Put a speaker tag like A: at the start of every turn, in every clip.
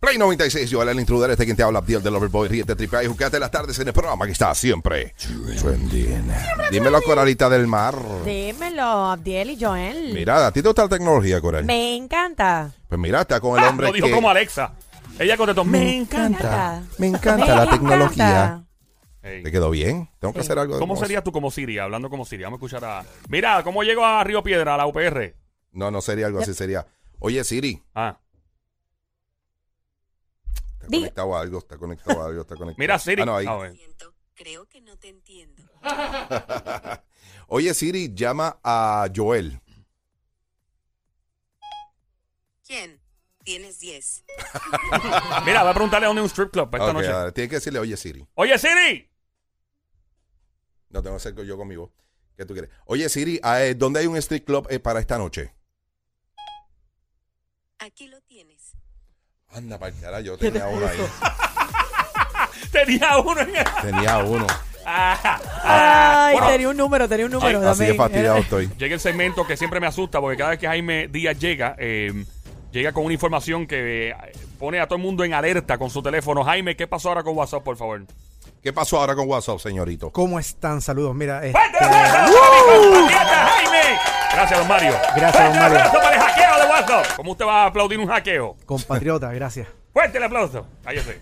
A: Play 96, yo el intruder, este quien te habla, Abdiel del Overboy, ríete, tripea y jugate las tardes en el programa que está siempre. Trending. Dímelo, Coralita del Mar.
B: Dímelo, Abdiel y Joel.
A: Mira, ¿a ti te gusta la tecnología, Coral?
B: Me encanta. Ah,
A: Pues mira, está con el hombre
C: Lo dijo
A: que... Ah,
C: como Alexa. Ella contestó, me encanta.
A: Me encanta
B: Ah. Me
A: la
B: encanta.
A: tecnología.
C: Ey,
A: ¿Te quedó bien? Tengo que hacer algo de
C: ¿Cómo
A: voz.
C: serías tú como Siri? Hablando como Siri. Vamos a escuchar a... Mira, ¿cómo llego a Río Piedra, a la UPR?
A: No, no sería algo así, sería... Oye, Siri,
C: Ah.
A: está
B: Diga.
A: conectado a algo, está conectado a algo, está conectado.
C: Mira, Siri.
A: Ah, no, ahí.
C: A ver.
D: Siento, creo que no te entiendo.
A: Oye, Siri, llama a Joel.
D: ¿Quién? Tienes 10.
C: Mira, va a preguntarle a dónde hay un strip club para esta
A: Ah, Ok,
C: noche.
A: dale, Tienes que decirle, oye, Siri.
C: Oye, Siri.
A: No tengo que hacer yo con mi voz. ¿Qué tú quieres? Oye, Siri, ah, eh, ¿dónde hay un street club eh, para esta noche?
D: Aquí lo tienes.
A: Anda, para el carajo, yo tenía uno ahí.
C: Tenía uno en...
A: Tenía uno.
C: Ajá.
B: Ay,
C: Bueno.
B: tenía un número, tenía un número.
A: Así de
B: también.
E: eh.
A: fastidiado estoy.
C: Llega el segmento que siempre me asusta porque cada vez que Jaime Díaz llega, eh, llega con una información que eh, pone a todo el mundo en alerta con su teléfono. Jaime, ¿qué pasó ahora con WhatsApp, por favor?
A: ¿Qué pasó ahora con WhatsApp, señorito?
E: ¿Cómo están? Saludos. Mira, este,
C: ¡Fuerte el abrazo para mi compatriota Jaime! Gracias, don Mario.
E: Gracias,
C: ¡Fuerte
E: don
C: el
E: Mario.
C: aplauso para el hackeo de WhatsApp! ¿Cómo usted va a aplaudir un hackeo?
E: compatriota, gracias.
C: ¡Fuerte el aplauso! Cállese.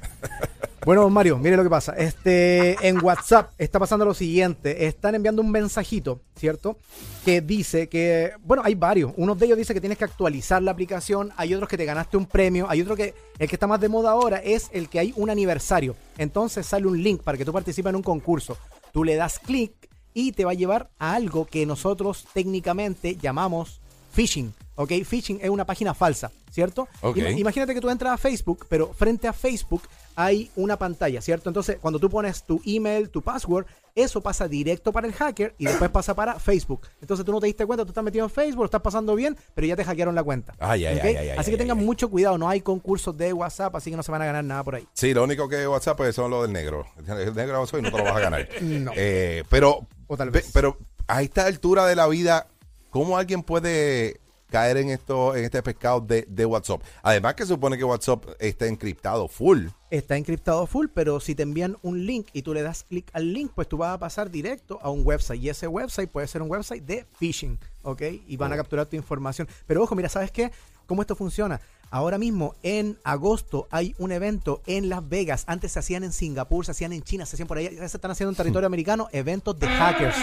E: Bueno, don Mario, mire lo que pasa. Este, en WhatsApp está pasando lo siguiente. Están enviando un mensajito, ¿cierto? Que dice que, bueno, hay varios. Uno de ellos dice que tienes que actualizar la aplicación. Hay otros que te ganaste un premio. Hay otro que, el que está más de moda ahora es el que hay un aniversario. Entonces sale un link para que tú participes en un concurso. Tú le das clic y te va a llevar a algo que nosotros técnicamente llamamos phishing. ¿Ok? Phishing es una página falsa, ¿cierto?
A: Ok.
E: Ima- Imagínate que tú entras a Facebook, pero frente a Facebook hay una pantalla, ¿cierto? Entonces, cuando tú pones tu email, tu password, eso pasa directo para el hacker y después pasa para Facebook. Entonces, tú no te diste cuenta, tú estás metido en Facebook, lo estás pasando bien, pero ya te hackearon la cuenta.
A: Ay, ay,
E: ¿Ok?
A: ay, ay, ay,
E: así que
A: ay,
E: tengan
A: ay, ay.
E: mucho cuidado, no hay concursos de WhatsApp, así que no se van a ganar nada por ahí.
A: Sí, lo único que WhatsApp es son lo del negro. El negro soy no te lo vas a ganar. Eh, pero,
E: O tal
A: pe-
E: vez.
A: pero a esta altura de la vida, ¿cómo alguien puede caer en esto, en este pescado de, de WhatsApp? Además que supone que WhatsApp está encriptado full.
E: Está encriptado full, pero si te envían un link y tú le das clic al link, pues tú vas a pasar directo a un website. Y ese website puede ser un website de phishing, ¿ok? Y
C: Oh.
E: van a capturar tu información. Pero ojo, mira, ¿sabes qué? ¿Cómo esto funciona? Ahora mismo, en agosto, hay un evento en Las Vegas. Antes se hacían en Singapur, se hacían en China, se hacían por ahí. Ya se están haciendo en territorio americano eventos de hackers.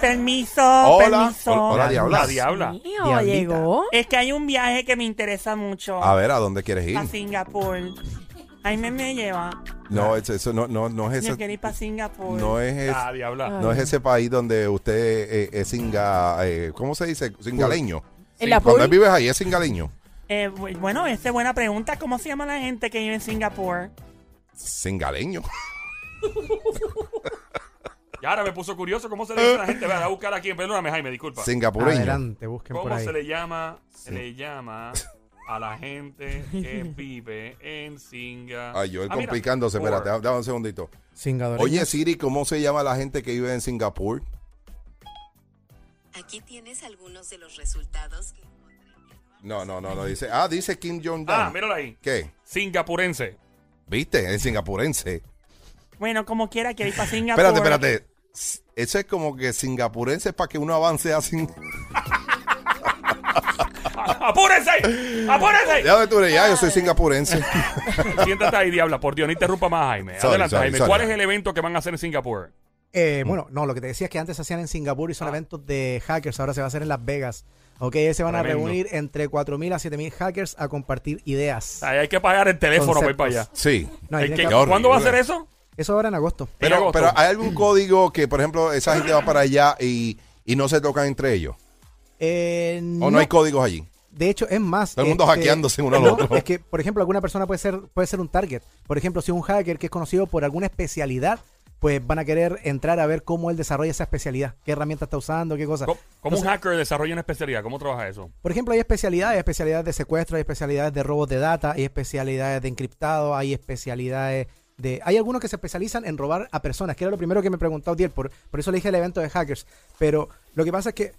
F: Permiso,
A: hola,
F: permiso.
A: hola, hola,
C: La
A: diablas.
C: diabla.
B: Mío,
E: Diablita.
B: llegó.
F: Es que hay un viaje que me interesa mucho
A: A ver, ¿a dónde quieres ir?
F: a Singapur. Jaime me lleva.
A: No, eso, eso no, no, no es
F: Me
A: ese,
F: quiero ir para Singapur.
A: no
C: Pues,
A: es ese-
C: La diabla.
A: no es ese país donde usted eh, es singa, eh, ¿cómo se dice? Singaleño.
B: En la
A: Donde
B: pool.
A: vives ahí es singaleño.
F: Eh, bu- bueno, esa es buena pregunta. ¿Cómo se llama la gente que vive en Singapur?
A: Singaleño.
C: Y ahora me puso curioso cómo se le dice a la gente. Voy a buscar aquí. Perdóname, Jaime, disculpa.
A: Singapureño.
E: Adelante, busquen por
C: ¿Cómo
E: ahí.
C: se le llama? Se le llama a la gente que vive en Singa.
A: Ay, yo él
C: Ah, mira,
A: complicándose.
C: por-
A: Espérate, dame un segundito.
E: Singadoreño.
A: Oye, Siri, ¿cómo se llama la gente que vive en Singapur?
D: Aquí tienes algunos de los resultados que encontré.
A: No, no, no, no dice. Ah, dice Kim Jong-un.
C: Ah, míralo ahí.
A: ¿Qué?
C: Singapurense.
A: ¿Viste? Es singapurense.
F: Bueno, como quiera, quiero ir para Singapur.
A: Espérate, espérate. S- Eso es como que singapurense es para que uno avance a Sing-
C: ¡Apúrense! ¡Apúrense!
A: Ah. Ya de tú eres, ya, yo soy singapurense.
C: Siéntate ahí, diabla. Por Dios, no interrumpa más, Jaime.
A: Sorry,
C: Adelante,
A: sorry,
C: Jaime.
A: sorry.
C: ¿Cuál es el evento que van a hacer en Singapur?
E: Eh,
A: Mm.
E: bueno, no, lo que te decía es que antes se hacían en Singapur y
A: Ah.
E: son eventos de hackers, ahora se va a hacer en Las Vegas. Ok, se van
C: Tremendo.
E: a reunir entre 4.000 a 7.000 hackers a compartir ideas.
C: Ahí hay que pagar el teléfono para ir para allá.
E: Conceptos.
A: Sí.
E: No, ahí
C: Hay
E: tiene
C: que-
E: que-
A: Qué horrible.
C: ¿Cuándo va a ser eso?
E: Eso ahora en agosto.
A: Pero,
C: agosto.
A: pero hay algún código que, por ejemplo, esa gente va para allá y, y no se tocan entre ellos.
E: Eh,
A: O Oh, no,
E: no,
A: hay códigos allí.
E: de hecho, es más. este,
A: Todo
E: eh,
A: el mundo hackeándose uno al
E: no,
A: otro.
E: Es que, por ejemplo, alguna persona puede ser, puede ser un target. Por ejemplo, si un hacker que es conocido por alguna especialidad, pues van a querer entrar a ver cómo él desarrolla esa especialidad, qué herramienta está usando, qué cosa.
C: ¿Cómo, cómo
E: Entonces,
C: un hacker desarrolla una especialidad? ¿Cómo trabaja eso?
E: Por ejemplo, hay especialidades, hay especialidades de secuestro, hay especialidades de robos de data, hay especialidades de encriptado, hay especialidades de... Hay algunos que se especializan en robar a personas, que era lo primero que me preguntó Diel, por, por eso le dije el evento de hackers. Pero lo que pasa es que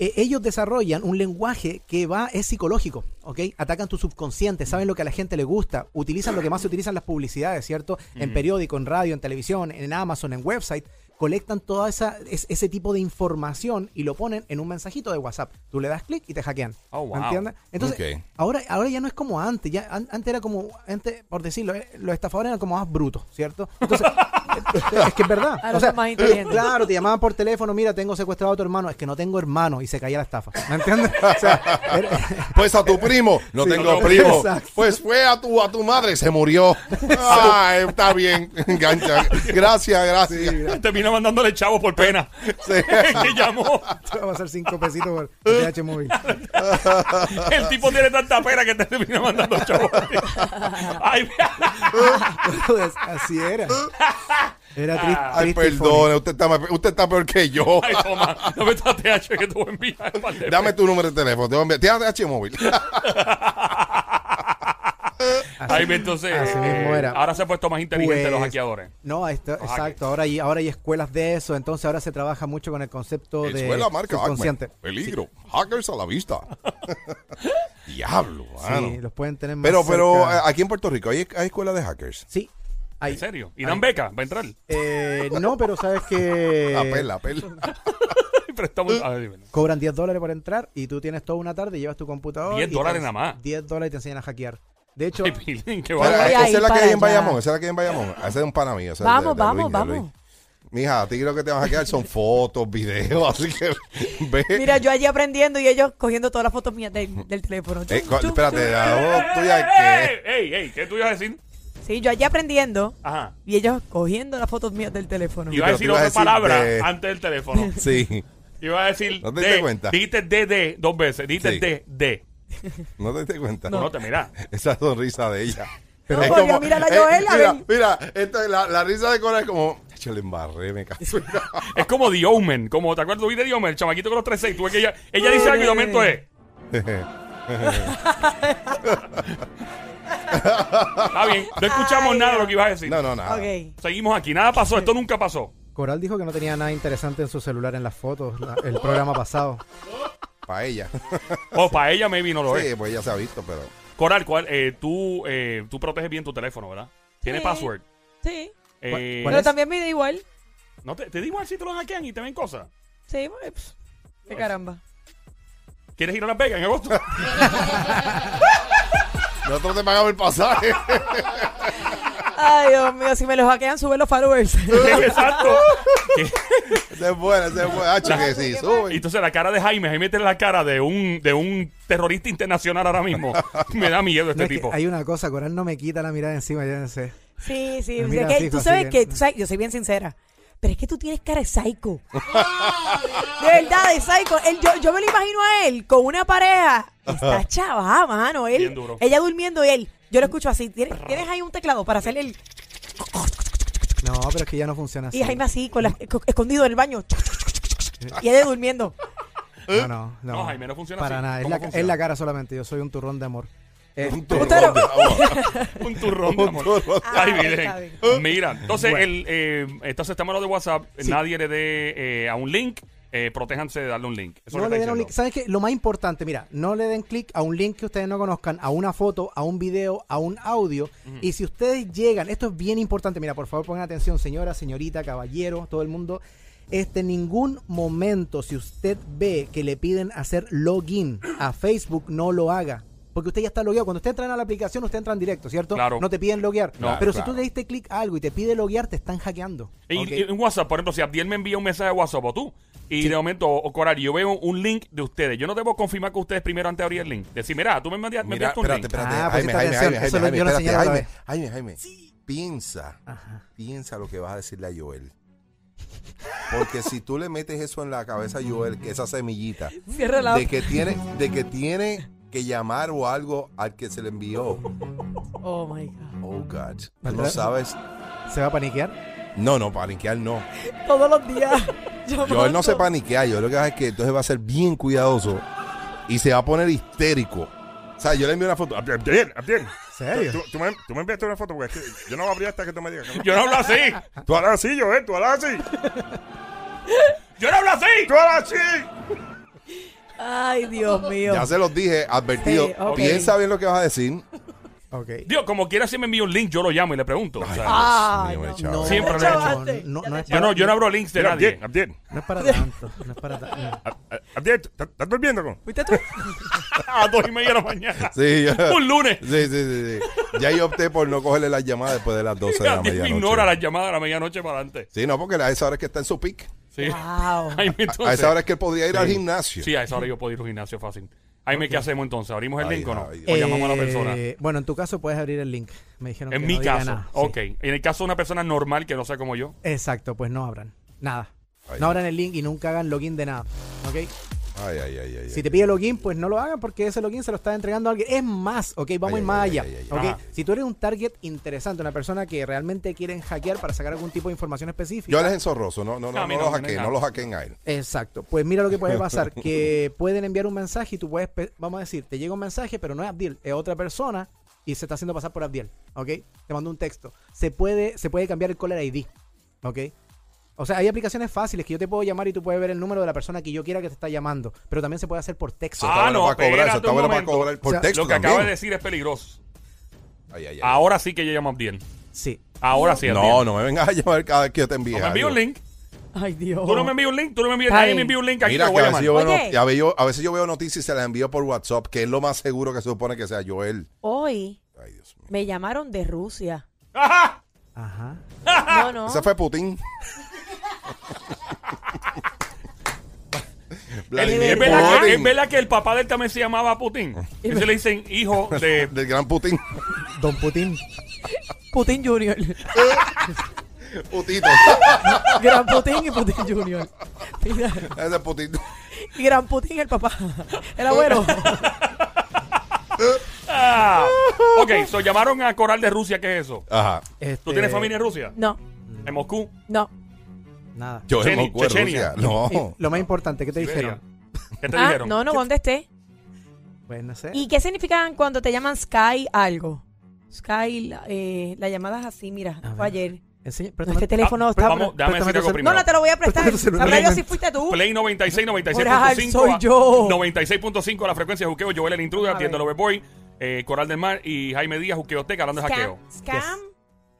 E: eh, ellos desarrollan un lenguaje que va, es psicológico, ¿ok? Atacan tu subconsciente, saben lo que a la gente le gusta, utilizan lo que más se utilizan las publicidades, ¿cierto? En periódico, en radio, en televisión, en Amazon, en website, colectan toda esa, es- ese tipo de información y lo ponen en un mensajito de WhatsApp. Tú le das clic y te hackean.
C: Oh, wow.
E: ¿Me ¿Entiendes? Entonces,
A: Ok.
E: ahora, ahora ya no es como antes, ya an- antes era como, antes, por decirlo, eh, los estafadores eran como más brutos, ¿cierto? Entonces, es que es verdad.
B: Ahora
E: O sea,
B: son más inteligentes.
E: Claro, te llamaban por teléfono, mira, tengo secuestrado a tu hermano, es que no tengo hermano y se caía la estafa. ¿Me entiendes? O sea, era-
A: Pues a tu primo, no
E: Sí,
A: tengo
E: no,
A: primo.
E: exacto.
A: Pues fue a tu a tu madre, se murió. Ah, está bien, engancha. Gracias, gracias.
C: Termina mandándole chavo por pena. que llamó.
E: te va a pasar cinco pesitos por DH móvil.
C: El tipo tiene tanta pena que te termina mandando chavo. Ay,
E: Entonces, así era. Era triste.
A: Ay, perdone, usted está, más- usted está peor que yo.
C: ay, toma. No me trates que te voy a enviar. par de
A: Dame tu número de teléfono, te voy a enviar. Tienes H móvil.
C: Ay, entonces.
E: Así mismo
C: eh,
E: era.
C: Ahora se han puesto más inteligentes los
E: Pues,
C: hackeadores.
E: No, esto-
C: hackers.
E: exacto. Ahora hay, ahora hay escuelas de eso. Entonces ahora se trabaja mucho con el concepto de
A: Suela marca Ackman.
E: subconsciente.
A: Peligro. Hackers a la vista. Diablo, mano.
E: Sí, los pueden tener más
A: Ah, Pero, pero
E: cerca.
A: eh, aquí en Puerto Rico hay, hay escuela de hackers.
E: sí, hay.
C: ¿En serio? ¿Y dan beca? ¿Va a entrar?
E: Eh, no, pero sabes que
A: La perla, Ah, la perla.
C: Pero
E: Uh.
C: estamos. A ver, dime.
E: cobran 10 dólares por entrar y tú tienes toda una tarde, llevas tu computador.
C: 10
E: y te-
C: dólares nada más.
E: 10 dólares y te enseñan a hackear. De hecho,
C: Ay, Pilín, qué
B: Voy
A: Esa
C: bárbaro.
B: Pero-
A: esa es
B: ahí
A: la que
B: para
A: hay en
B: allá.
A: Bayamón. Esa es la que hay en Bayamón. Esa es de un pana mío. esa es de-
B: Vamos,
A: de Luis,
B: vamos,
A: de Luis.
B: vamos.
A: Mija, a ti lo que te van a hackear son fotos, videos. Así que ve.
B: Mira, yo allí aprendiendo y ellos cogiendo todas las fotos mías del, del teléfono.
A: Eh,
B: Chum,
A: co-
B: chum,
A: espérate,
B: chum.
A: la voz tuya
C: ¡Ey,
A: que.
C: ey, ey! ¿Qué tú ibas a decir?
A: eh.
B: Sí, yo allí aprendiendo
C: Ajá.
B: y ellos cogiendo las fotos mías del teléfono.
C: Iba a
A: pero tú
C: decir
A: ibas a
C: otra
A: decir
C: palabra
A: de-
C: antes del teléfono.
A: Sí.
C: Iba a decir.
A: ¿No te diste
C: de-
A: cuenta?
C: Dijiste DD dos veces. Dijiste
A: Sí.
C: DD.
A: ¿No te diste cuenta?
C: No, no te mirás.
A: Esa sonrisa de ella. eh,
B: Pero- No, porque mira la Joel, a
A: mira,
B: ver.
A: mira, esta- la, la risa de Cora es como, yo le embarré, me cago. en la-".
C: Es como The Omen. Como, ¿Te acuerdas? ¿Tú viste The Omen? El chamaquito con los 3-6. Tú ves que ella, ella dice algo y de momento es. Está bien. No escuchamos
B: Ay,
C: nada de
B: Dios.
C: lo que ibas a decir.
A: No, no, nada.
B: Ok.
C: Seguimos aquí. Nada pasó. Esto nunca pasó.
E: Coral dijo que no tenía nada interesante en su celular en las fotos la- el programa pasado.
A: Para ella.
C: O para Oh, ella maybe no lo
A: Sí,
C: es.
A: pues ella se ha visto, pero.
C: Coral, ¿cuál- eh, tú, eh, tú proteges bien tu teléfono, ¿verdad? Tiene
B: Sí.
C: password.
B: Sí.
C: Eh,
E: cuál
B: Pero
E: es?
B: también me da igual.
C: ¿no te, te da igual si te lo hackean y te ven cosas.
B: Sí, pues, pss, qué caramba.
C: ¿Quieres ir a Las Vegas en agosto?
A: Nosotros te pagamos el pasaje.
B: Ay, Dios mío, si me los hackean, suben los followers.
C: Exacto.
A: se buena, se fue. Ah, que sí,
C: Y
A: sube.
C: entonces la cara de Jaime, Jaime tiene la cara de un, de un terrorista internacional ahora mismo. Me da miedo este
E: No, es que
C: tipo.
E: hay una cosa, Coral no me quita la mirada encima, ya no sé.
B: Sí, sí.
E: Me
B: o sea
E: mira
B: que
E: fijo,
B: tú
E: así
B: sabes
E: que-
B: que, tú sabes- yo soy bien sincera. Pero es que tú tienes cara de psycho. de verdad, de psycho. Él- yo, yo me lo imagino a él con una pareja. Está chava, mano. Él,
C: Bien duro.
B: Ella durmiendo y él. Yo lo escucho así. ¿Tienes, tienes ahí un teclado para hacerle el.
E: No, pero es que ya no funciona así.
B: Y Jaime así, con la- co- escondido en el baño. y ella durmiendo.
E: No, no, no.
C: ¿Eh? No, Jaime, no funciona
E: Para
C: así.
E: nada, es
C: ¿Cómo
E: la,
C: funciona?
E: es la cara solamente, yo soy un turrón de amor. Eh,
A: Un
B: ¿Cómo
A: turrón
B: te lo-
A: de amor.
C: Un turrón, mi amor.
A: turrón.
C: Ay,
B: Ah, está
C: miren. Mira, entonces,
E: Bueno.
C: el, eh, entonces estamos hablando de WhatsApp. Nadie le dé eh, a un link. Eh, protéjanse de darle un link. Eso
E: No
C: es lo
E: le
C: que
E: den
C: está
E: un link.
C: diciendo.
E: ¿Sabes qué? Lo más importante, mira, no le den clic a un link que ustedes no conozcan, a una foto, a un video, a un audio. Y si ustedes llegan, esto es bien importante, mira, por favor pongan atención, señora, señorita, caballero, todo el mundo. Este, en ningún momento, si usted ve que le piden hacer login a Facebook, no lo haga. Porque usted ya está logueado. Cuando usted entra a la aplicación, usted entra en directo, ¿cierto?
C: Claro.
E: No te piden loguear.
A: No,
E: Pero si
A: claro.
E: tú le diste clic a algo y te pide loguear, te están hackeando.
C: Y,
E: ¿ok?
C: y en WhatsApp, por ejemplo, si Abdiel me envía un mensaje de WhatsApp o tú, y de momento, o Coral, yo veo un link de ustedes. Yo no debo confirmar que ustedes primero antes de abrir el link. Decir, mira, tú me enviaste, me
A: Mira,
C: enviaste un
A: espérate,
C: link.
A: espérate.
E: Ah,
A: Jaime,
E: pusiste
A: Jaime,
E: atención.
A: Jaime,
E: Eso lo-
A: Jaime,
E: yo lo
A: espérate,
E: señalo otra
A: Jaime,
E: vez.
A: Jaime, Jaime. Piensa, piensa lo que vas a decirle a Joel. Porque si tú le metes eso en la cabeza a Joel, que esa semillita,
B: Cierra la.
A: de que tiene, de que tiene que llamar o algo al que se le envió.
B: Oh my God.
A: Oh God. Tú no sabes.
E: ¿Se va a paniquear?
A: No, no, paniquear no.
B: Todos los días.
A: Joel no se
B: llamando.
A: paniquea. Yo lo que hago es que entonces va a ser bien cuidadoso y se va a poner histérico. O sea, yo le envío una foto.
G: Abdiel, Abdiel, Abdiel.
E: ¿Serio?
G: Tú, tú me, tú me enviaste una foto porque es que yo no abrí hasta que tú me digas. cabrón.
C: Yo no hablo así.
G: Tú hablas así, Joel, tú hablas así.
C: Yo no hablo así.
G: Tú hablas así.
B: Ay, Dios mío.
A: Ya se los dije, advertido.
B: Sí, ok.
A: Piensa bien lo que vas a decir.
E: Ok.
C: Dios, como quiera, si me envía un link, yo lo llamo y le pregunto. o sea,
B: Ay,
A: Dios mío,
B: Ah, no.
A: chao.
E: No,
C: Siempre lo he
E: no,
B: hecho.
E: No, no, no es
C: yo,
E: para-
C: no, yo no abro links de
G: Mira,
C: nadie.
G: Abdiel, Abdiel,
E: no es para tanto. No es para tanto.
G: a- a- Abdiel, ¿tú- ¿tú- ¿estás durmiendo? con?
B: ¿Fuiste tú?
C: A las dos y media de la mañana.
A: Sí, yo-
C: Un lunes.
A: Sí, sí, sí, sí. Ya yo opté por no cogerle las llamadas después de las 12 de la
C: Abdiel me
A: medianoche.
C: ignora las llamadas a la medianoche para adelante.
A: Sí, no, porque a esa hora es que está en su pick.
C: Sí.
E: Ah.
B: Wow.
C: Jaime,
A: A
C: entonces.
A: esa hora es que él podría ir al gimnasio.
C: Sí, a esa hora yo puedo ir a un gimnasio fácil. Jaime, ¿qué hacemos entonces? ¿Abrimos el
A: Ay,
C: link o no?
A: ay,
C: ¿O Pues llamamos a la
E: Eh,
C: persona?
E: Bueno, en tu caso puedes abrir el link. Me dijeron
C: En
E: que
C: mi
E: no diga
C: caso.
E: nada. Sí.
C: Ok. En el caso de una persona normal que no sea como yo.
E: Exacto, pues no abran. Nada.
A: Ay,
E: no abran el link y nunca hagan login de nada. ¿Ok?
A: Ay, ay, ay, ay.
E: Si te pide login, pues no lo hagan porque ese login se lo está entregando a alguien. Es más, ok,
A: Ay,
E: vamos a ir
A: ay,
E: más
A: ay,
E: allá.
A: ay, ay,
E: ok,
C: ay. Ajá.
E: si tú eres un target interesante, una persona que realmente quieren hackear para sacar algún tipo de información específica.
A: Yo él es enzorroso, no, no,
C: No,
A: no,
C: a mí
A: no
C: no,
A: lo
C: a mí no
A: hackeen,
C: es
A: no
C: nada.
A: lo hackeen a él.
E: Exacto. Pues mira lo que puede pasar, que pueden enviar un mensaje y tú puedes, pe- vamos a decir, te llega un mensaje, pero no es Abdiel, es otra persona y se está haciendo pasar por Abdiel, ¿ok? Te mando un texto. Se puede, se puede cambiar el caller ID, ¿ok? O sea, hay aplicaciones fáciles que yo te puedo llamar y tú puedes ver el número de la persona que yo quiera que te está llamando, pero también se puede hacer por texto.
A: Eso está
C: Ah,
A: bueno
C: no,
A: para cobrar, eso
C: espérate
A: está
C: un
A: bueno para
C: momento.
A: cobrar por
E: O sea,
A: texto
C: Lo que
A: también.
C: acaba de Ah, decir es peligroso.
A: Ay, ay, ay.
C: Ahora sí que yo llamo a Abdiel.
E: Sí.
C: Ahora sí, Abdiel.
A: no, no me vengas a llamar cada vez que yo te envíe
C: No me envías un
A: algo.
C: link.
B: Ay, Dios.
C: Tú no me envías un link. Tú no me envías.
B: Está
C: Nadie me
B: bien.
C: envía un link. Aquí
A: Mira,
C: te
A: que a
C: voy a
A: veces,
C: llamar.
A: yo veo
B: Oye.
A: not- a ve- yo- a veces yo veo noticias y se las envío por WhatsApp, que es lo más seguro que se supone que sea Joel.
B: Hoy
A: Ay, Dios mío.
B: me llamaron de Rusia.
C: Ajá.
E: Ajá.
B: No, no.
A: Ese fue Putin. Vladimir
C: Es verdad, que,
A: Putin,
C: es verdad que el papá de él también se llamaba Putin. Y se le dicen hijo de.
A: Del gran Putin.
E: Don Putin.
B: Putin Junior.
A: Putito.
B: Gran Putin y Putin Junior. Mira,
A: Ese Putito.
B: Y Gran Putin el papá. El abuelo.
C: Ah. Ok, so llamaron a Coral de Rusia. ¿Qué es eso?
A: Ajá.
E: Este,
C: ¿Tú
B: Eh,
C: tienes familia en Rusia?
B: No,
C: ¿En Moscú?
B: no.
E: Nada.
A: Joel
C: Chechenia,
A: no fue
C: Chechenia.
A: Rusia. No.
E: Y Lo más importante, ¿qué te dijeron?
C: ¿Qué te
B: Ah,
C: dijeron?
B: no, no contesté.
E: Pues no sé.
B: ¿Y qué significan cuando te llaman Sky algo? Sky, la- eh, la llamada es así, mira,
E: A
B: fue
E: ver.
B: ayer.
E: Enseña,
B: No, este
E: préstame-
B: teléfono está...
C: ah, vamos,
B: No,
C: déjame
E: préstame
C: decir
E: tu
C: algo
E: cel-
C: primero.
B: no te lo voy a prestar.
E: Préstame tu celular.
B: Sabrá yo si fuiste tú.
C: Play 96, 96.5.
B: Oral, soy yo.
C: 96.5 la frecuencia de juqueo. Joel el intruder,
B: A
C: Abdiel
B: ver.
C: Overboy, eh, Coral del Mar y Jaime Díaz, juqueoteca, hablando de hackeo.
B: Scam, scam,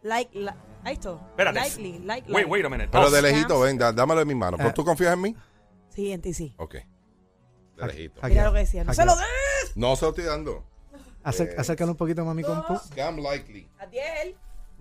B: like, la- ahí esto.
C: Espérate.
B: Likely, like,
C: Wait,
B: like.
C: wait a minute.
A: Pero
C: Oh,
A: de
B: Los
A: lejito,
B: scams.
A: ven, dá- dámelo en mis manos.
E: Ah.
A: ¿Tú confías en mí?
B: Sí, en ti sí.
A: Ok. De lejito.
E: Aquí.
B: Mira lo que decía. No
E: Aquí.
B: se lo des.
A: No se lo estoy dando.
E: Acer- acércalo un poquito más a mi compu.
A: Scam likely.
B: Adiel.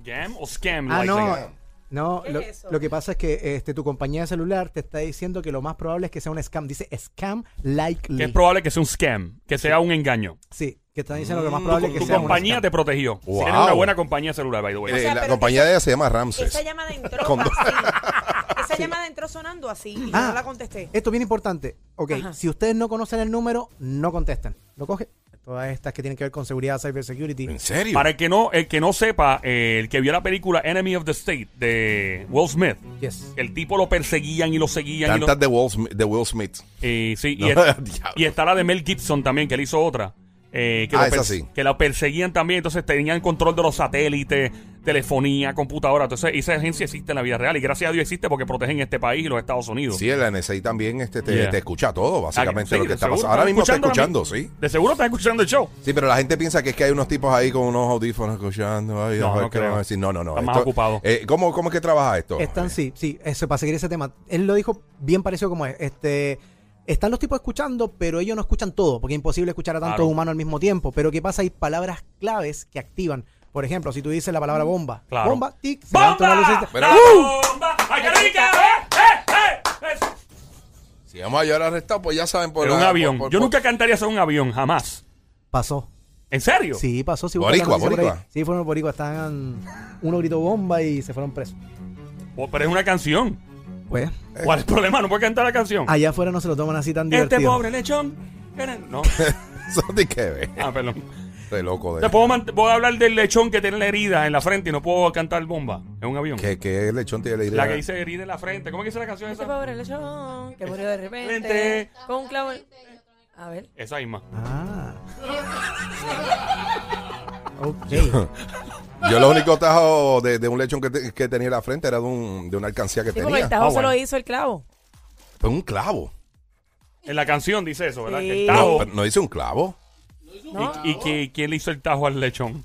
C: Jam o scam.
E: Ah,
C: like
E: no.
A: Scam.
E: No,
B: ¿Qué
E: lo,
B: es eso?
E: lo que pasa es que este, tu compañía de celular te está diciendo que lo más probable es que sea un scam. Dice scam likely.
C: Que es probable que sea un scam, que sea un engaño.
E: sí, que están diciendo que lo más
A: Mm,
E: probable es
C: Tu
E: que sea
C: compañía
E: un
C: te protegió.
A: Wow.
C: Tienes una buena compañía celular, by the way.
A: Eh,
B: sea,
A: la
B: pero
A: compañía de ella se llama Ramses.
B: Esa llamada entró
A: Con-
B: así. Esa llamada entró sonando así y yo
E: Ah.
B: no la contesté.
E: Esto es bien importante. Ok,
B: Ajá.
E: si ustedes no conocen el número, no contesten. Lo coge. Todas estas que tienen que ver con seguridad, cybersecurity.
A: ¿En serio?
C: Para el que no, el que no sepa, eh, el que vio la película Enemy of the State de Will Smith,
E: Yes.
C: el tipo lo perseguían y lo seguían. Y lo-
A: Tantas de Will Smith. De Will Smith.
C: Eh, sí,
A: No,
C: y, es-
A: diablo.
C: y está la de Mel Gibson también, que él hizo otra. eh, que,
A: Ah,
C: lo per-
A: esa sí.
C: que la perseguían también, entonces tenían control de los satélites, telefonía, computadora. Entonces, esa agencia existe en la vida real y gracias a Dios existe porque protegen este país y los Estados Unidos.
A: Sí, el NSA también este, te,
C: Yeah.
A: te escucha todo, básicamente
C: Ah, sí,
A: lo que está
C: seguro,
A: pasando. Ahora mismo está
C: escuchando
A: escuchando,
C: ahora
A: sí.
C: mismo. De seguro están escuchando el show.
A: Sí, pero la gente piensa que es que hay unos tipos ahí con unos audífonos escuchando. Ay,
C: No,
A: a ver
C: no
A: qué
C: creo.
A: van a decir. No, no, no.
C: Están más ocupados.
A: eh, ¿cómo, ¿Cómo es que trabaja esto? Eh,
E: Están, sí, sí, eso, para seguir ese tema. Él lo dijo bien parecido como es. Este, están los tipos escuchando, pero ellos no escuchan todo, porque es imposible escuchar a tantos
C: Claro.
E: humanos al mismo tiempo. Pero ¿qué pasa? Hay palabras claves que activan. Por ejemplo, si tú dices la palabra bomba,
C: Mm. Claro.
E: bomba, tic, se levanta una
C: ¡Bomba!
E: lucecita.
A: Pero-
C: ¡La bomba!
E: ¡Uh!
C: ¡Ay, qué rica! ¡Eh, eh, eh!
A: Si vamos a llorar arrestado, pues ya saben por
C: Era
A: la-
C: un avión.
A: por- por-
C: Yo
A: por-
C: nunca cantaría sobre un avión, jamás.
E: Pasó.
C: ¿En serio?
E: Sí, pasó. Sí, busca la
A: Boricua,
E: noticia por
A: boricua.
E: ahí. Sí, fueron boricua. Estaban, uno gritó bomba y se fueron presos.
C: O- Pero es una canción.
E: Pues,
A: Eh.
C: ¿Cuál es el problema? ¿No puede cantar la canción?
E: allá afuera no se lo toman así tan divertido.
C: este pobre lechón. No.
A: Eso ni que ver.
C: Ah, perdón.
A: Estoy loco de.
C: Te puedo, mant- puedo hablar del lechón que tiene la herida en la frente y no puedo cantar bomba en un avión.
A: Que, que el lechón tiene la idea.
C: La que dice herida en la frente. ¿Cómo que dice la canción
B: Ese
C: esa?
B: pobre lechón que murió de repente
C: Vente.
B: con un clavo. en- A ver.
C: Esa misma.
E: Ah. Ok.
A: Yo lo único tajo de, de un lechón que, te- que tenía en la frente era de, un, de una alcancía que
B: Sí, porque
A: tenía.
B: el tajo
C: Ah,
B: se lo
C: bueno.
B: hizo el clavo.
A: Pues un clavo.
C: En la canción dice eso, ¿verdad?
B: Sí.
C: Que el
A: No,
C: tajo.
A: pero no dice un clavo.
C: ¿Y, y que- quién le hizo el tajo al lechón?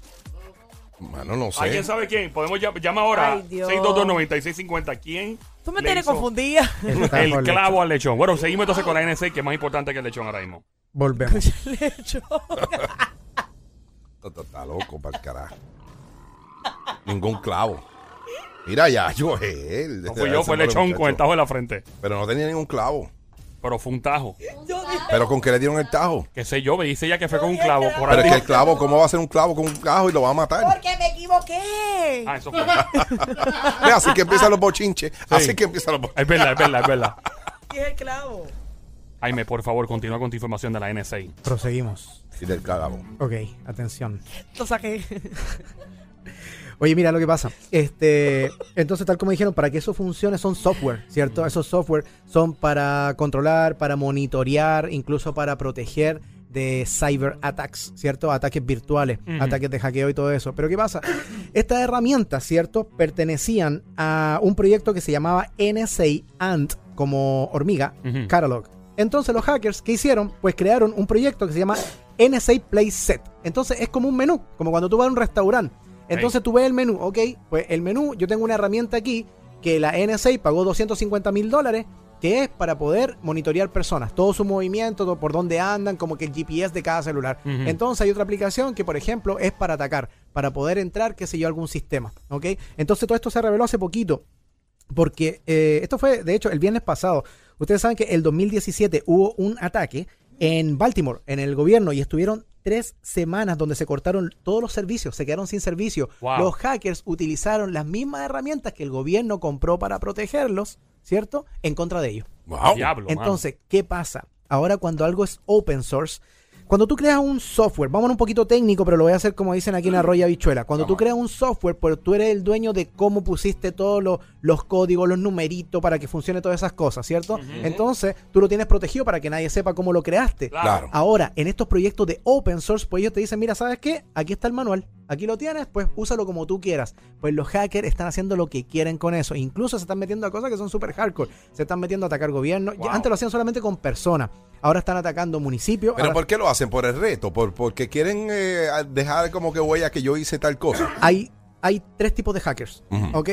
A: Mano, no sé.
C: ¿Alguien sabe quién? Podemos llamar llama ahora.
B: Ay, Dios.
C: 622-9650. ¿Quién?
B: Tú me
C: le
B: tienes
C: hizo
B: confundida.
E: El tajo
C: El
E: al
C: clavo al lechón. Bueno, seguimos entonces con la NC, que es más importante que el lechón ahora mismo.
E: Volvemos.
B: Lecho.
A: Está, está- está loco para el carajo. Ningún clavo. Mira ya, yo él. este
C: No fui yo, fue el lechón con el tajo en la frente.
A: Pero no tenía ningún clavo.
C: Pero fue un tajo.
A: Pero con qué le dieron el tajo.
C: Qué sé yo, me dice ella que fue con un clavo. Por
A: Pero es
C: ahí.
A: que el clavo, ¿cómo va a ser un clavo con un clavo y lo va a matar?
B: Porque me equivoqué.
C: Ah, eso fue.
A: Ve, Así que empiezan los bochinches. Así que empiezan los bochinches.
C: Es verdad, es verdad, es verdad.
B: ¿Qué es el clavo?
C: Jaime, por favor, continúa con tu información de la NSA.
E: Proseguimos.
A: Y del clavo.
E: Ok, atención.
B: Lo saqué.
E: Oye, mira lo que pasa. Este, entonces, tal como dijeron, para que eso funcione son software, ¿cierto?
C: Mm.
E: Esos software son para controlar, para monitorear, incluso para proteger de cyber attacks, ¿cierto? Ataques virtuales,
C: Ujú.
E: ataques de hackeo y todo eso. Pero ¿qué pasa? Estas herramientas, ¿cierto? Pertenecían a un proyecto que se llamaba NSA Ant, como hormiga,
C: Ujú.
E: Catalog. Entonces los hackers, ¿qué hicieron? Pues crearon un proyecto que se llama NSA Play Set. Entonces es como un menú, como cuando tú vas a un restaurante. Entonces tú ves el menú, ok, pues el menú, yo tengo una herramienta aquí que la NSA pagó 250 mil dólares, que es para poder monitorear personas, todo su movimiento, todo por dónde andan, como que el GPS de cada celular.
C: Ujú.
E: Entonces hay otra aplicación que, por ejemplo, es para atacar, para poder entrar, qué sé yo, a algún sistema, ok. Entonces todo esto se reveló hace poquito porque eh, esto fue, de hecho, el viernes pasado. Ustedes saben que el 2017 hubo un ataque en Baltimore, en el gobierno, y estuvieron tres semanas donde se cortaron todos los servicios, se quedaron sin servicio.
C: Wow.
E: Los hackers utilizaron las mismas herramientas que el gobierno compró para protegerlos, ¿cierto? En contra de ellos.
A: Wow.
C: Diablo, mano.
E: Entonces, ¿qué pasa? Ahora cuando algo es open source, cuando tú creas un software, vamos a un poquito técnico, pero lo voy a hacer como dicen aquí en Arroya Bichuela. Cuando tú creas un software, pues tú eres el dueño de cómo pusiste todos los, los códigos, los numeritos para que funcione todas esas cosas, ¿cierto? Entonces, tú lo tienes protegido para que nadie sepa cómo lo creaste.
A: Claro.
E: Ahora, en estos proyectos de open source, pues ellos te dicen, mira, ¿sabes qué? Aquí está el manual, aquí lo tienes, pues úsalo como tú quieras. Pues los hackers están haciendo lo que quieren con eso. Incluso se están metiendo a cosas que son súper hardcore. Se están metiendo a atacar gobierno. Ya
C: Wow.
E: Antes lo hacían solamente con personas. Ahora están atacando municipios.
A: Pero
E: Ahora-
A: ¿por qué lo hacen? Por el reto, por, porque quieren eh, dejar como que huella que yo hice tal cosa.
E: hay, hay tres tipos de hackers,
A: Ujú.
E: ¿ok?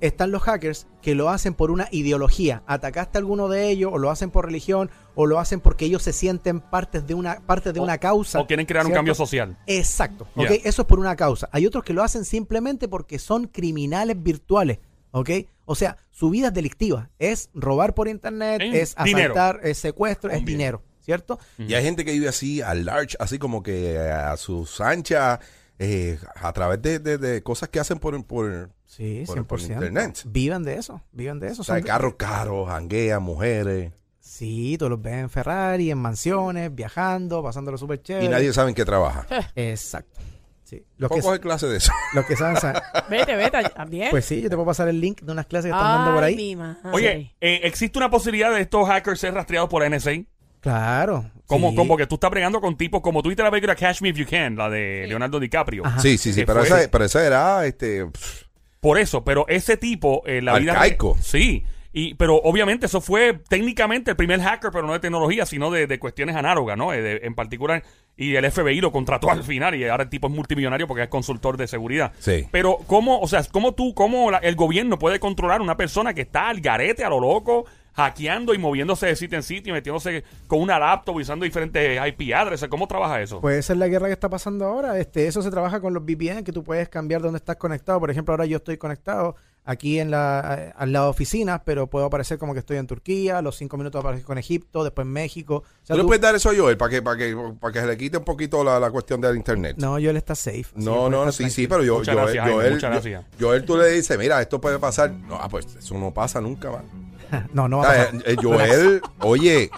E: Están los hackers que lo hacen por una ideología. Atacaste a alguno de ellos, o lo hacen por religión, o lo hacen porque ellos se sienten partes de una, parte de
C: O-
E: una causa.
C: O quieren crear un
E: ¿cierto?
C: cambio social.
E: Exacto.
C: Ya.
E: ¿ok? Eso es por una causa. Hay otros que lo hacen simplemente porque son criminales virtuales. ¿Ok? O sea, su vida es delictiva. Es robar por internet,
C: Mm,
E: es
C: dinero.
E: asaltar, es secuestro, es
A: Hombre.
E: dinero. ¿Cierto?
A: Y hay gente que vive así, al large, así como que a sus anchas, eh, a través de, de- de cosas que hacen por, por,
E: Sí,
A: por- por internet.
E: Viven de eso, viven de eso.
A: O sea,
E: Son-
A: carros caros, janguea, mujeres.
E: sí, todos los ven en Ferrari, en mansiones, viajando, pasándolo súper chévere.
A: Y nadie sabe en qué trabaja.
E: Exacto. Sí. Los,
A: ¿Cómo
E: que,
A: coge clase de eso?
E: los que saben, saben.
B: Vete, vete, también.
E: Pues sí, yo te puedo pasar el link de unas clases que están dando por
B: Ay,
E: ahí.
B: mi madre.
C: Oye, eh, ¿existe una posibilidad de estos hackers ser rastreados por la NSA?
E: Claro.
C: Como,
E: sí.
C: como que tú estás bregando con tipos como tú viste la película Catch Me If You Can, la de Leonardo DiCaprio.
E: Ajá.
A: sí, sí, sí.
C: Ah, ¿Qué
A: Pero
C: fue?
A: esa, pero esa era, este, pff,
C: Por eso, pero ese tipo, eh, la vida.
A: Arcaico.
C: Sí. Y, pero obviamente eso fue técnicamente el primer hacker, pero no de tecnología, sino de, de cuestiones análogas, ¿no? Eh, de- en particular, y el FBI lo contrató al final y ahora el tipo es multimillonario porque es consultor de seguridad.
A: Sí.
C: Pero cómo, o sea, cómo tú, cómo la- el gobierno puede controlar una persona que está al garete, a lo loco, hackeando y moviéndose de sitio en sitio, metiéndose con una laptop, usando diferentes IP addresses. ¿Cómo trabaja eso?
E: Puede ser Pues la guerra que está pasando ahora. Este, eso se trabaja con los VPN, que tú puedes cambiar dónde estás conectado. Por ejemplo, ahora yo estoy conectado aquí en la, a- al lado de oficinas, pero puedo aparecer como que estoy en Turquía, a los cinco minutos aparezco con Egipto, después México. O sea,
A: ¿Tú le
E: tú-
A: puedes dar eso a Joel para que, para que, para que se le quite un poquito la, la cuestión del internet?
E: No, yo él está safe. Así que
A: No,
E: puede
A: no,
E: estar
A: sí, sí,
E: tranquilo.
A: pero yo,
C: Muchas
A: Joel,
C: gracias, Jaime,
A: Joel,
C: muchas
A: yo-
C: gracias.
A: Joel, tú le dices, mira, esto puede pasar. No, ah, pues eso no pasa nunca, man.
E: No, no
A: O
E: va a
A: sea,
E: pasar.
A: eh, eh, Joel, oye,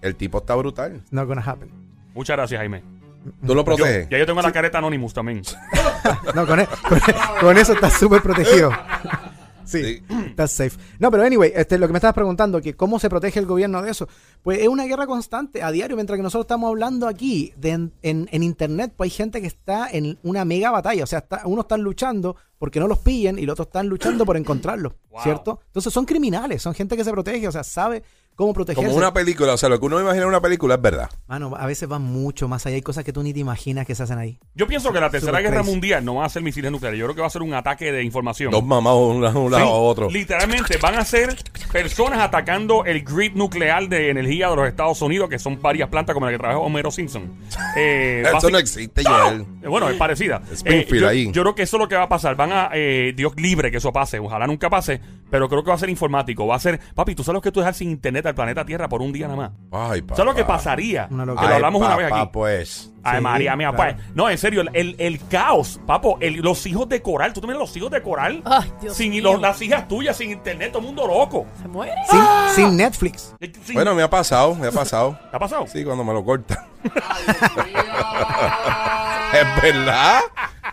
A: el tipo está brutal.
E: Not gonna happen.
C: Muchas gracias, Jaime.
A: Tú lo
C: Yo-
A: proteges.
C: ya yo tengo la careta Anonymous también.
E: No, con, e- con e- con eso estás súper protegido. Sí,
A: Sí.
E: estás safe. No, pero anyway, este, lo que me estabas preguntando, que cómo se protege el gobierno de eso, pues es una guerra constante a diario, mientras que nosotros estamos hablando aquí de en, en- en internet, pues hay gente que está en una mega batalla, o sea, está, unos están luchando porque no los pillen y los otros están luchando por encontrarlos,
C: Wow.
E: ¿cierto? Entonces son criminales, son gente que se protege, o sea, sabe cómo protegerse.
A: Como una película, o sea, lo que uno imagina en una película es verdad.
E: Mano, a veces va mucho más allá. Hay cosas que tú ni te imaginas que se hacen ahí.
C: Yo pienso que la Tercera
E: Super
C: Guerra
E: crazy.
C: Mundial no va a ser misiles nucleares. Yo creo que va a ser un ataque de información.
A: Dos mamados un lado, un lado
C: Sí,
A: a otro.
C: Literalmente van a ser personas atacando el grid nuclear de energía de los Estados Unidos, que son varias plantas como la que trabaja Homero Simpson. Eh,
A: Eso no
C: básicamente-
A: existe, Joel.
C: Eh, Bueno, es parecida.
A: Springfield
C: Eh, yo,
A: ahí.
C: yo creo que eso es lo que va a pasar. Van a, eh, Dios libre que eso pase. Ojalá nunca pase, pero creo que va a ser informático. Va a ser, papi, tú sabes lo que tú dejas sin internet al planeta Tierra por un día nada más.
A: Ay, papá.
C: ¿Sabes lo que pasaría?
E: Una
C: que lo
E: locura. Ay,
C: hablamos una vez
A: papá,
C: aquí.
A: pues.
C: Ay,
E: Sí,
C: María mía,
E: claro.
C: pues. No, en serio, el, el- el caos, papo. el- los hijos de coral. Tú te miras los hijos de coral.
B: Ay, Dios
C: sin
B: mío.
C: los- las hijas tuyas, sin internet, todo el mundo loco. Eh,
B: Se muere.
E: Sin, sin Netflix.
C: Sin-
A: Bueno, me ha pasado, me ha pasado.
C: ¿Te ha pasado?
A: Sí, cuando me lo cortan. es verdad.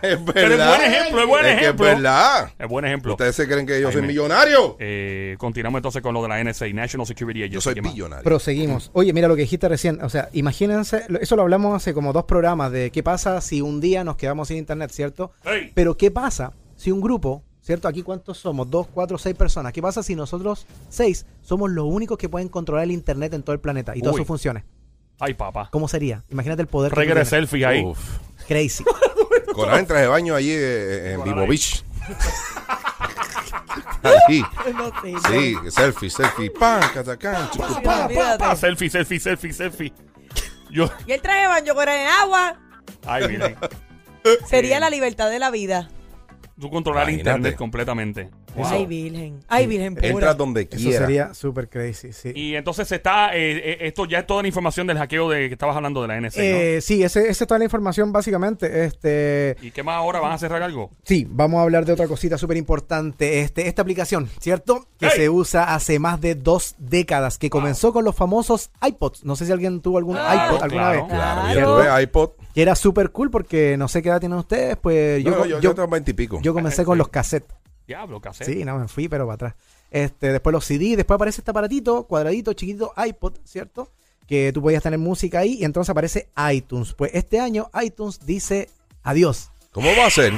A: Es verdad.
C: Pero es buen ejemplo, es buen
A: que
C: ejemplo.
A: es verdad.
C: Es buen ejemplo.
A: Ustedes se creen que yo soy
C: Jaime.
A: millonario.
C: Eh, continuamos entonces con lo de la NSA, National Security Agency.
A: Yo soy
C: ¿Qué más?
A: millonario.
E: Proseguimos. Oye, mira lo que dijiste recién. O sea, imagínense, lo- eso lo hablamos hace como dos programas de qué pasa si un día nos quedamos sin internet, ¿cierto?
C: Ey.
E: Pero qué pasa si un grupo, ¿cierto? Aquí cuántos somos, dos, cuatro, seis personas. ¿Qué pasa si nosotros seis somos los únicos que pueden controlar el internet en todo el planeta y todas
C: Uy.
E: sus funciones?
C: Ay, papá.
E: ¿Cómo sería? Imagínate el poder. que tú
C: Regre
E: tienes.
C: selfie ahí.
A: Uf.
E: Crazy.
A: Coral en traje de baño allí eh, eh, en
C: Coral
A: Vivo
C: ahí.
A: Beach. Allí.
B: Pues No sé,
A: Sí, selfie, selfie. Pan, catacán, chucu.
B: no,
C: Pa, pa, pa,
B: olvídate.
C: Ah, selfie, selfie, selfie, selfie. Yo,
B: Y el traje de baño con el agua
C: ay, mire.
B: sería la libertad de la vida.
C: Tú controlar el
A: Imagínate.
C: internet completamente. Wow.
B: Ay, virgen. Ay, virgen
A: Entras
B: pura.
A: donde
E: Eso
A: quiera.
E: sería super crazy, sí.
C: Y entonces se está, eh, eh, esto ya es toda la información del hackeo de que estabas hablando de la NSA, ¿no?
E: Eh, sí, esa es toda la información básicamente. Este,
C: ¿Y qué más ahora? ¿Van a cerrar algo?
E: sí, vamos a hablar de otra cosita súper importante. Este, esta aplicación, ¿cierto? Que
C: ¡Ey!
E: se usa hace más de dos décadas, que comenzó con los famosos iPods. No sé si alguien tuvo algún
B: Claro,
E: iPod alguna
C: claro.
E: vez.
A: Ah, Claro, yo
B: Claro.
A: tuve iPod.
E: Que era súper cool porque no sé qué edad tienen ustedes, pues yo,
A: No, yo,
E: yo,
A: yo, tengo 20 y pico.
E: yo comencé con los cassettes.
C: Diablo, ¿qué hacer?
E: Sí, no, me fui, pero para atrás. Este, después los CD, después aparece este aparatito, cuadradito, chiquito, iPod, ¿cierto? Que tú podías tener música ahí y entonces aparece iTunes. Pues este año iTunes dice adiós.
A: ¿Cómo va a ser?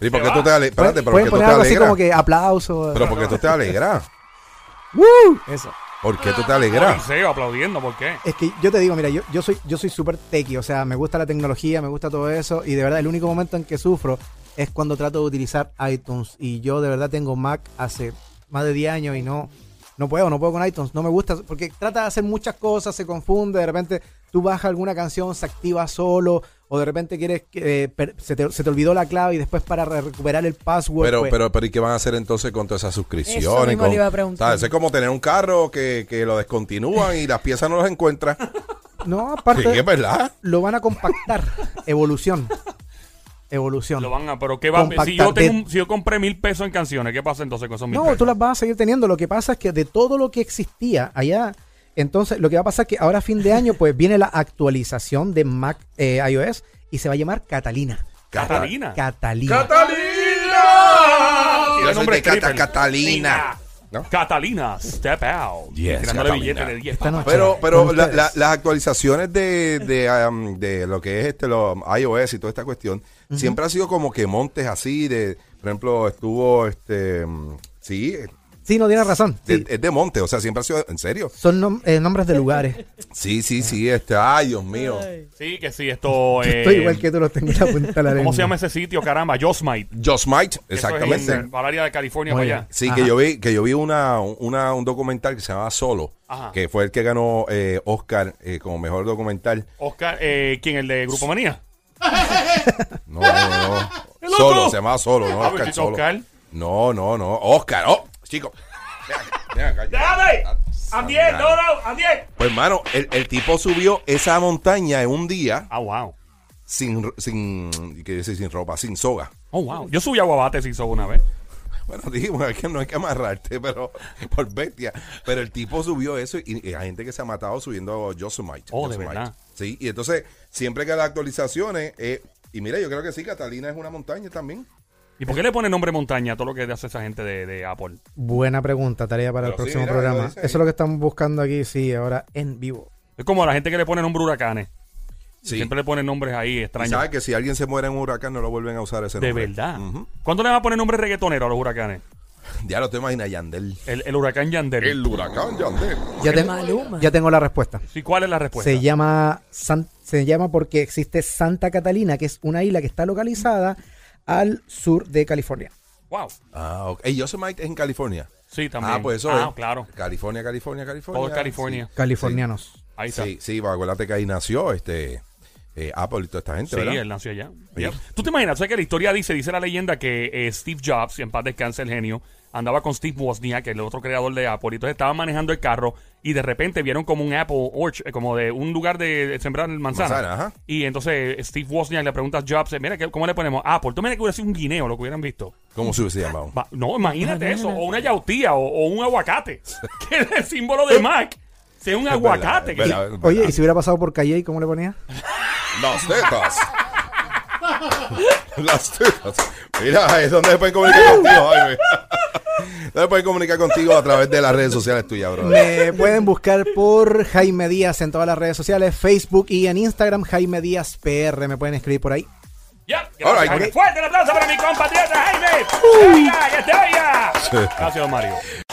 A: ¿Y por qué
C: va.
A: tú te ale- Espérate, pero ¿por
E: Pueden
A: qué tú
E: poner
A: te
E: algo así
A: alegras?
E: como que aplausos.
A: Pero porque tú te alegras.
E: ¡Woo! Eso.
A: ¿Por qué tú te
C: Ay,
A: alegras?
C: Seo, aplaudiendo, ¿por qué?
E: Es que yo te digo, mira, yo, yo soy yo soy súper techie, o sea, me gusta la tecnología, me gusta todo eso y de verdad el único momento en que sufro es cuando trato de utilizar iTunes y yo de verdad tengo Mac hace más de 10 años y no no puedo, no puedo con iTunes, no me gusta porque trata de hacer muchas cosas, se confunde, de repente tú bajas alguna canción, se activa solo o de repente quieres que eh, per- se, te, se te olvidó la clave y después para re- recuperar el password
A: Pero,
E: pues,
A: pero, pero, ¿y qué van a hacer entonces con todas esas suscripciones?
B: Eso mismo
A: Con-
B: le iba a preguntar.
A: ¿sabes? Es como tener un carro que, que lo descontinúan y las piezas no las encuentras.
E: no,
A: Sí,
E: aparte
A: es verdad.
E: lo van a compactar, evolución. Evolución.
C: Lo van a, pero ¿qué va? Si yo,
E: Compactar
C: tengo
E: de-
C: un- si yo compré mil pesos en canciones, ¿qué pasa entonces con esos mil
E: No,
C: pesos?
E: tú las vas a seguir teniendo. Lo que pasa es que de todo lo que existía allá, entonces lo que va a pasar es que ahora a fin de año, pues viene la actualización de Mac eh, iOS y se va a llamar Catalina.
A: Ah.
C: Catalina.
E: Catalina.
A: ¡Catalina!
C: Tiene
A: Yo soy
C: nombre
A: de Cata-
C: stripper.
A: Catalina. ¿No?
C: Catalina, step out.
A: Yes,
C: Tirándole
A: Catalina.
C: billetes de 10
E: Esta noche.
A: Pero, pero
E: con
A: la-
E: ustedes.
A: la- las actualizaciones de, de, um, de lo que es este lo, iOS y toda esta cuestión, siempre ha sido como que montes así, de, por ejemplo, estuvo este mm, sí,
E: Sí, no tienes razón.
A: de-
E: Sí.
A: es de monte, o sea, siempre ha sido, en serio.
E: Son nom- eh, nombres de lugares.
A: Sí, sí, sí, este, ay Dios mío.
C: Sí, que sí, esto. eh,
E: Estoy igual que tú los tengo en la punta de la
C: ¿Cómo
E: lengua.
C: se llama ese sitio? Caramba, Josmite.
A: Just Might,
C: Eso es
A: exactamente.
C: en, para el área de California
E: Muy
C: para
E: bien.
C: allá.
A: Sí,
E: Ajá.
A: que yo vi, que yo vi una, una- un documental que se llamaba Solo,
C: Ajá.
A: que fue el que ganó eh, Oscar eh, como mejor documental.
C: Oscar, eh, ¿quién? ¿El de Grupo Manía?
A: No, no, no.
C: ¡Loco!
A: Solo, se llamaba Solo, no
C: Ah,
A: Oscar
C: pues,
A: Solo.
C: Oscar.
A: No, no, no. Oscar, oh, chico. Ven acá, ven acá.
C: ¡Adiel!
A: no,
C: ¡Adiel!
A: Pues, hermano, el, el tipo subió esa montaña en un día
C: Ah, wow.
A: sin, sin, ¿qué dice? sin ropa, sin soga.
C: Oh, wow. Yo subí a Guabate si hizo una vez.
A: Bueno, dijimos es que no hay que amarrarte, pero por bestia. Pero el tipo subió eso y, y hay gente que se ha matado subiendo Yosemite.
C: Oh, de
A: Yosemite.
C: verdad.
A: Sí, y entonces, siempre que las actualizaciones, eh, y mira, yo creo que sí, Catalina es una montaña también.
C: ¿Y por qué le pone nombre montaña a todo lo que hace esa gente de, de Apple?
E: Buena pregunta, tarea para
A: Pero
E: el
A: sí,
E: próximo
A: mira, lo
E: programa.
A: dice
E: Eso
A: ahí.
E: es lo que estamos buscando aquí, sí, ahora en vivo.
C: Es como la gente que le pone nombre huracanes.
A: Sí.
C: Siempre le ponen nombres ahí
A: Y
C: extraños.
A: sabes que si alguien se muere en un huracán, no lo vuelven a usar ese
C: De
A: nombre.
C: verdad.
A: Ujú.
C: ¿Cuándo le van a poner nombre reggaetonero a los huracanes?
A: Ya lo te imaginas, Yandel.
C: El, el huracán Yandel.
A: El huracán Yandel.
E: Ya, te-
B: Maluma.
E: ya tengo la respuesta.
C: Sí, ¿Cuál es la
A: Pues
C: respuesta?
E: Se llama, San- se llama porque existe Santa Catalina, que es una isla que está localizada al sur de California.
C: Wow.
A: Ah, ok. Ey, Joseph Mike es en California.
C: Sí, también.
A: Ah, pues eso
C: Ah,
A: es.
C: claro.
A: California, California, California.
C: Todo es California.
E: Californianos.
C: Ahí
A: Sí,
C: está.
A: sí,
C: Sí,
A: sí, pues, acuérdate que ahí nació este eh, Apple y toda esta gente, ¿verdad?
C: él nació allá. Yep. Tú te imaginas, o sea que la historia dice, dice la leyenda que eh, Steve Jobs, en paz descanse el genio, andaba con Steve Wozniak, el otro creador de Apple, y entonces estaban manejando el carro y de repente vieron como un Apple Orchard, eh, como de un lugar de sembrar manzana.
A: Manzana, ajá.
C: Y entonces eh, Steve Wozniak le pregunta a Jobs, eh, mira, ¿qué- ¿cómo le ponemos Apple? Tú mira que hubiera sido un guineo, lo que hubieran visto.
A: ¿Cómo se hubiese llamado?
C: Ma- No, imagínate eso. O una yautía o, o un aguacate. que es el símbolo de Mac. Sea un aguacate.
A: Es verdad,
C: que-
A: es verdad.
E: Oye, ¿y si hubiera pasado por Calle, cómo le ponía?
A: Las tetas. Las tetas. Mira, es donde se pueden comunicar contigo, Jaime. Donde pueden comunicar contigo a través de las redes sociales tuyas, bro.
E: Me pueden buscar por Jaime Díaz en todas las redes sociales, Facebook y en Instagram, Jaime Díaz PR. Me pueden escribir por ahí.
C: Ya,
A: All
C: gracias,
A: right,
C: Jaime.
A: ok.
C: Fuerte el aplauso para mi compatriota Jaime. Que te oiga, que te oiga.
A: Sí.
C: Gracias, don Mario.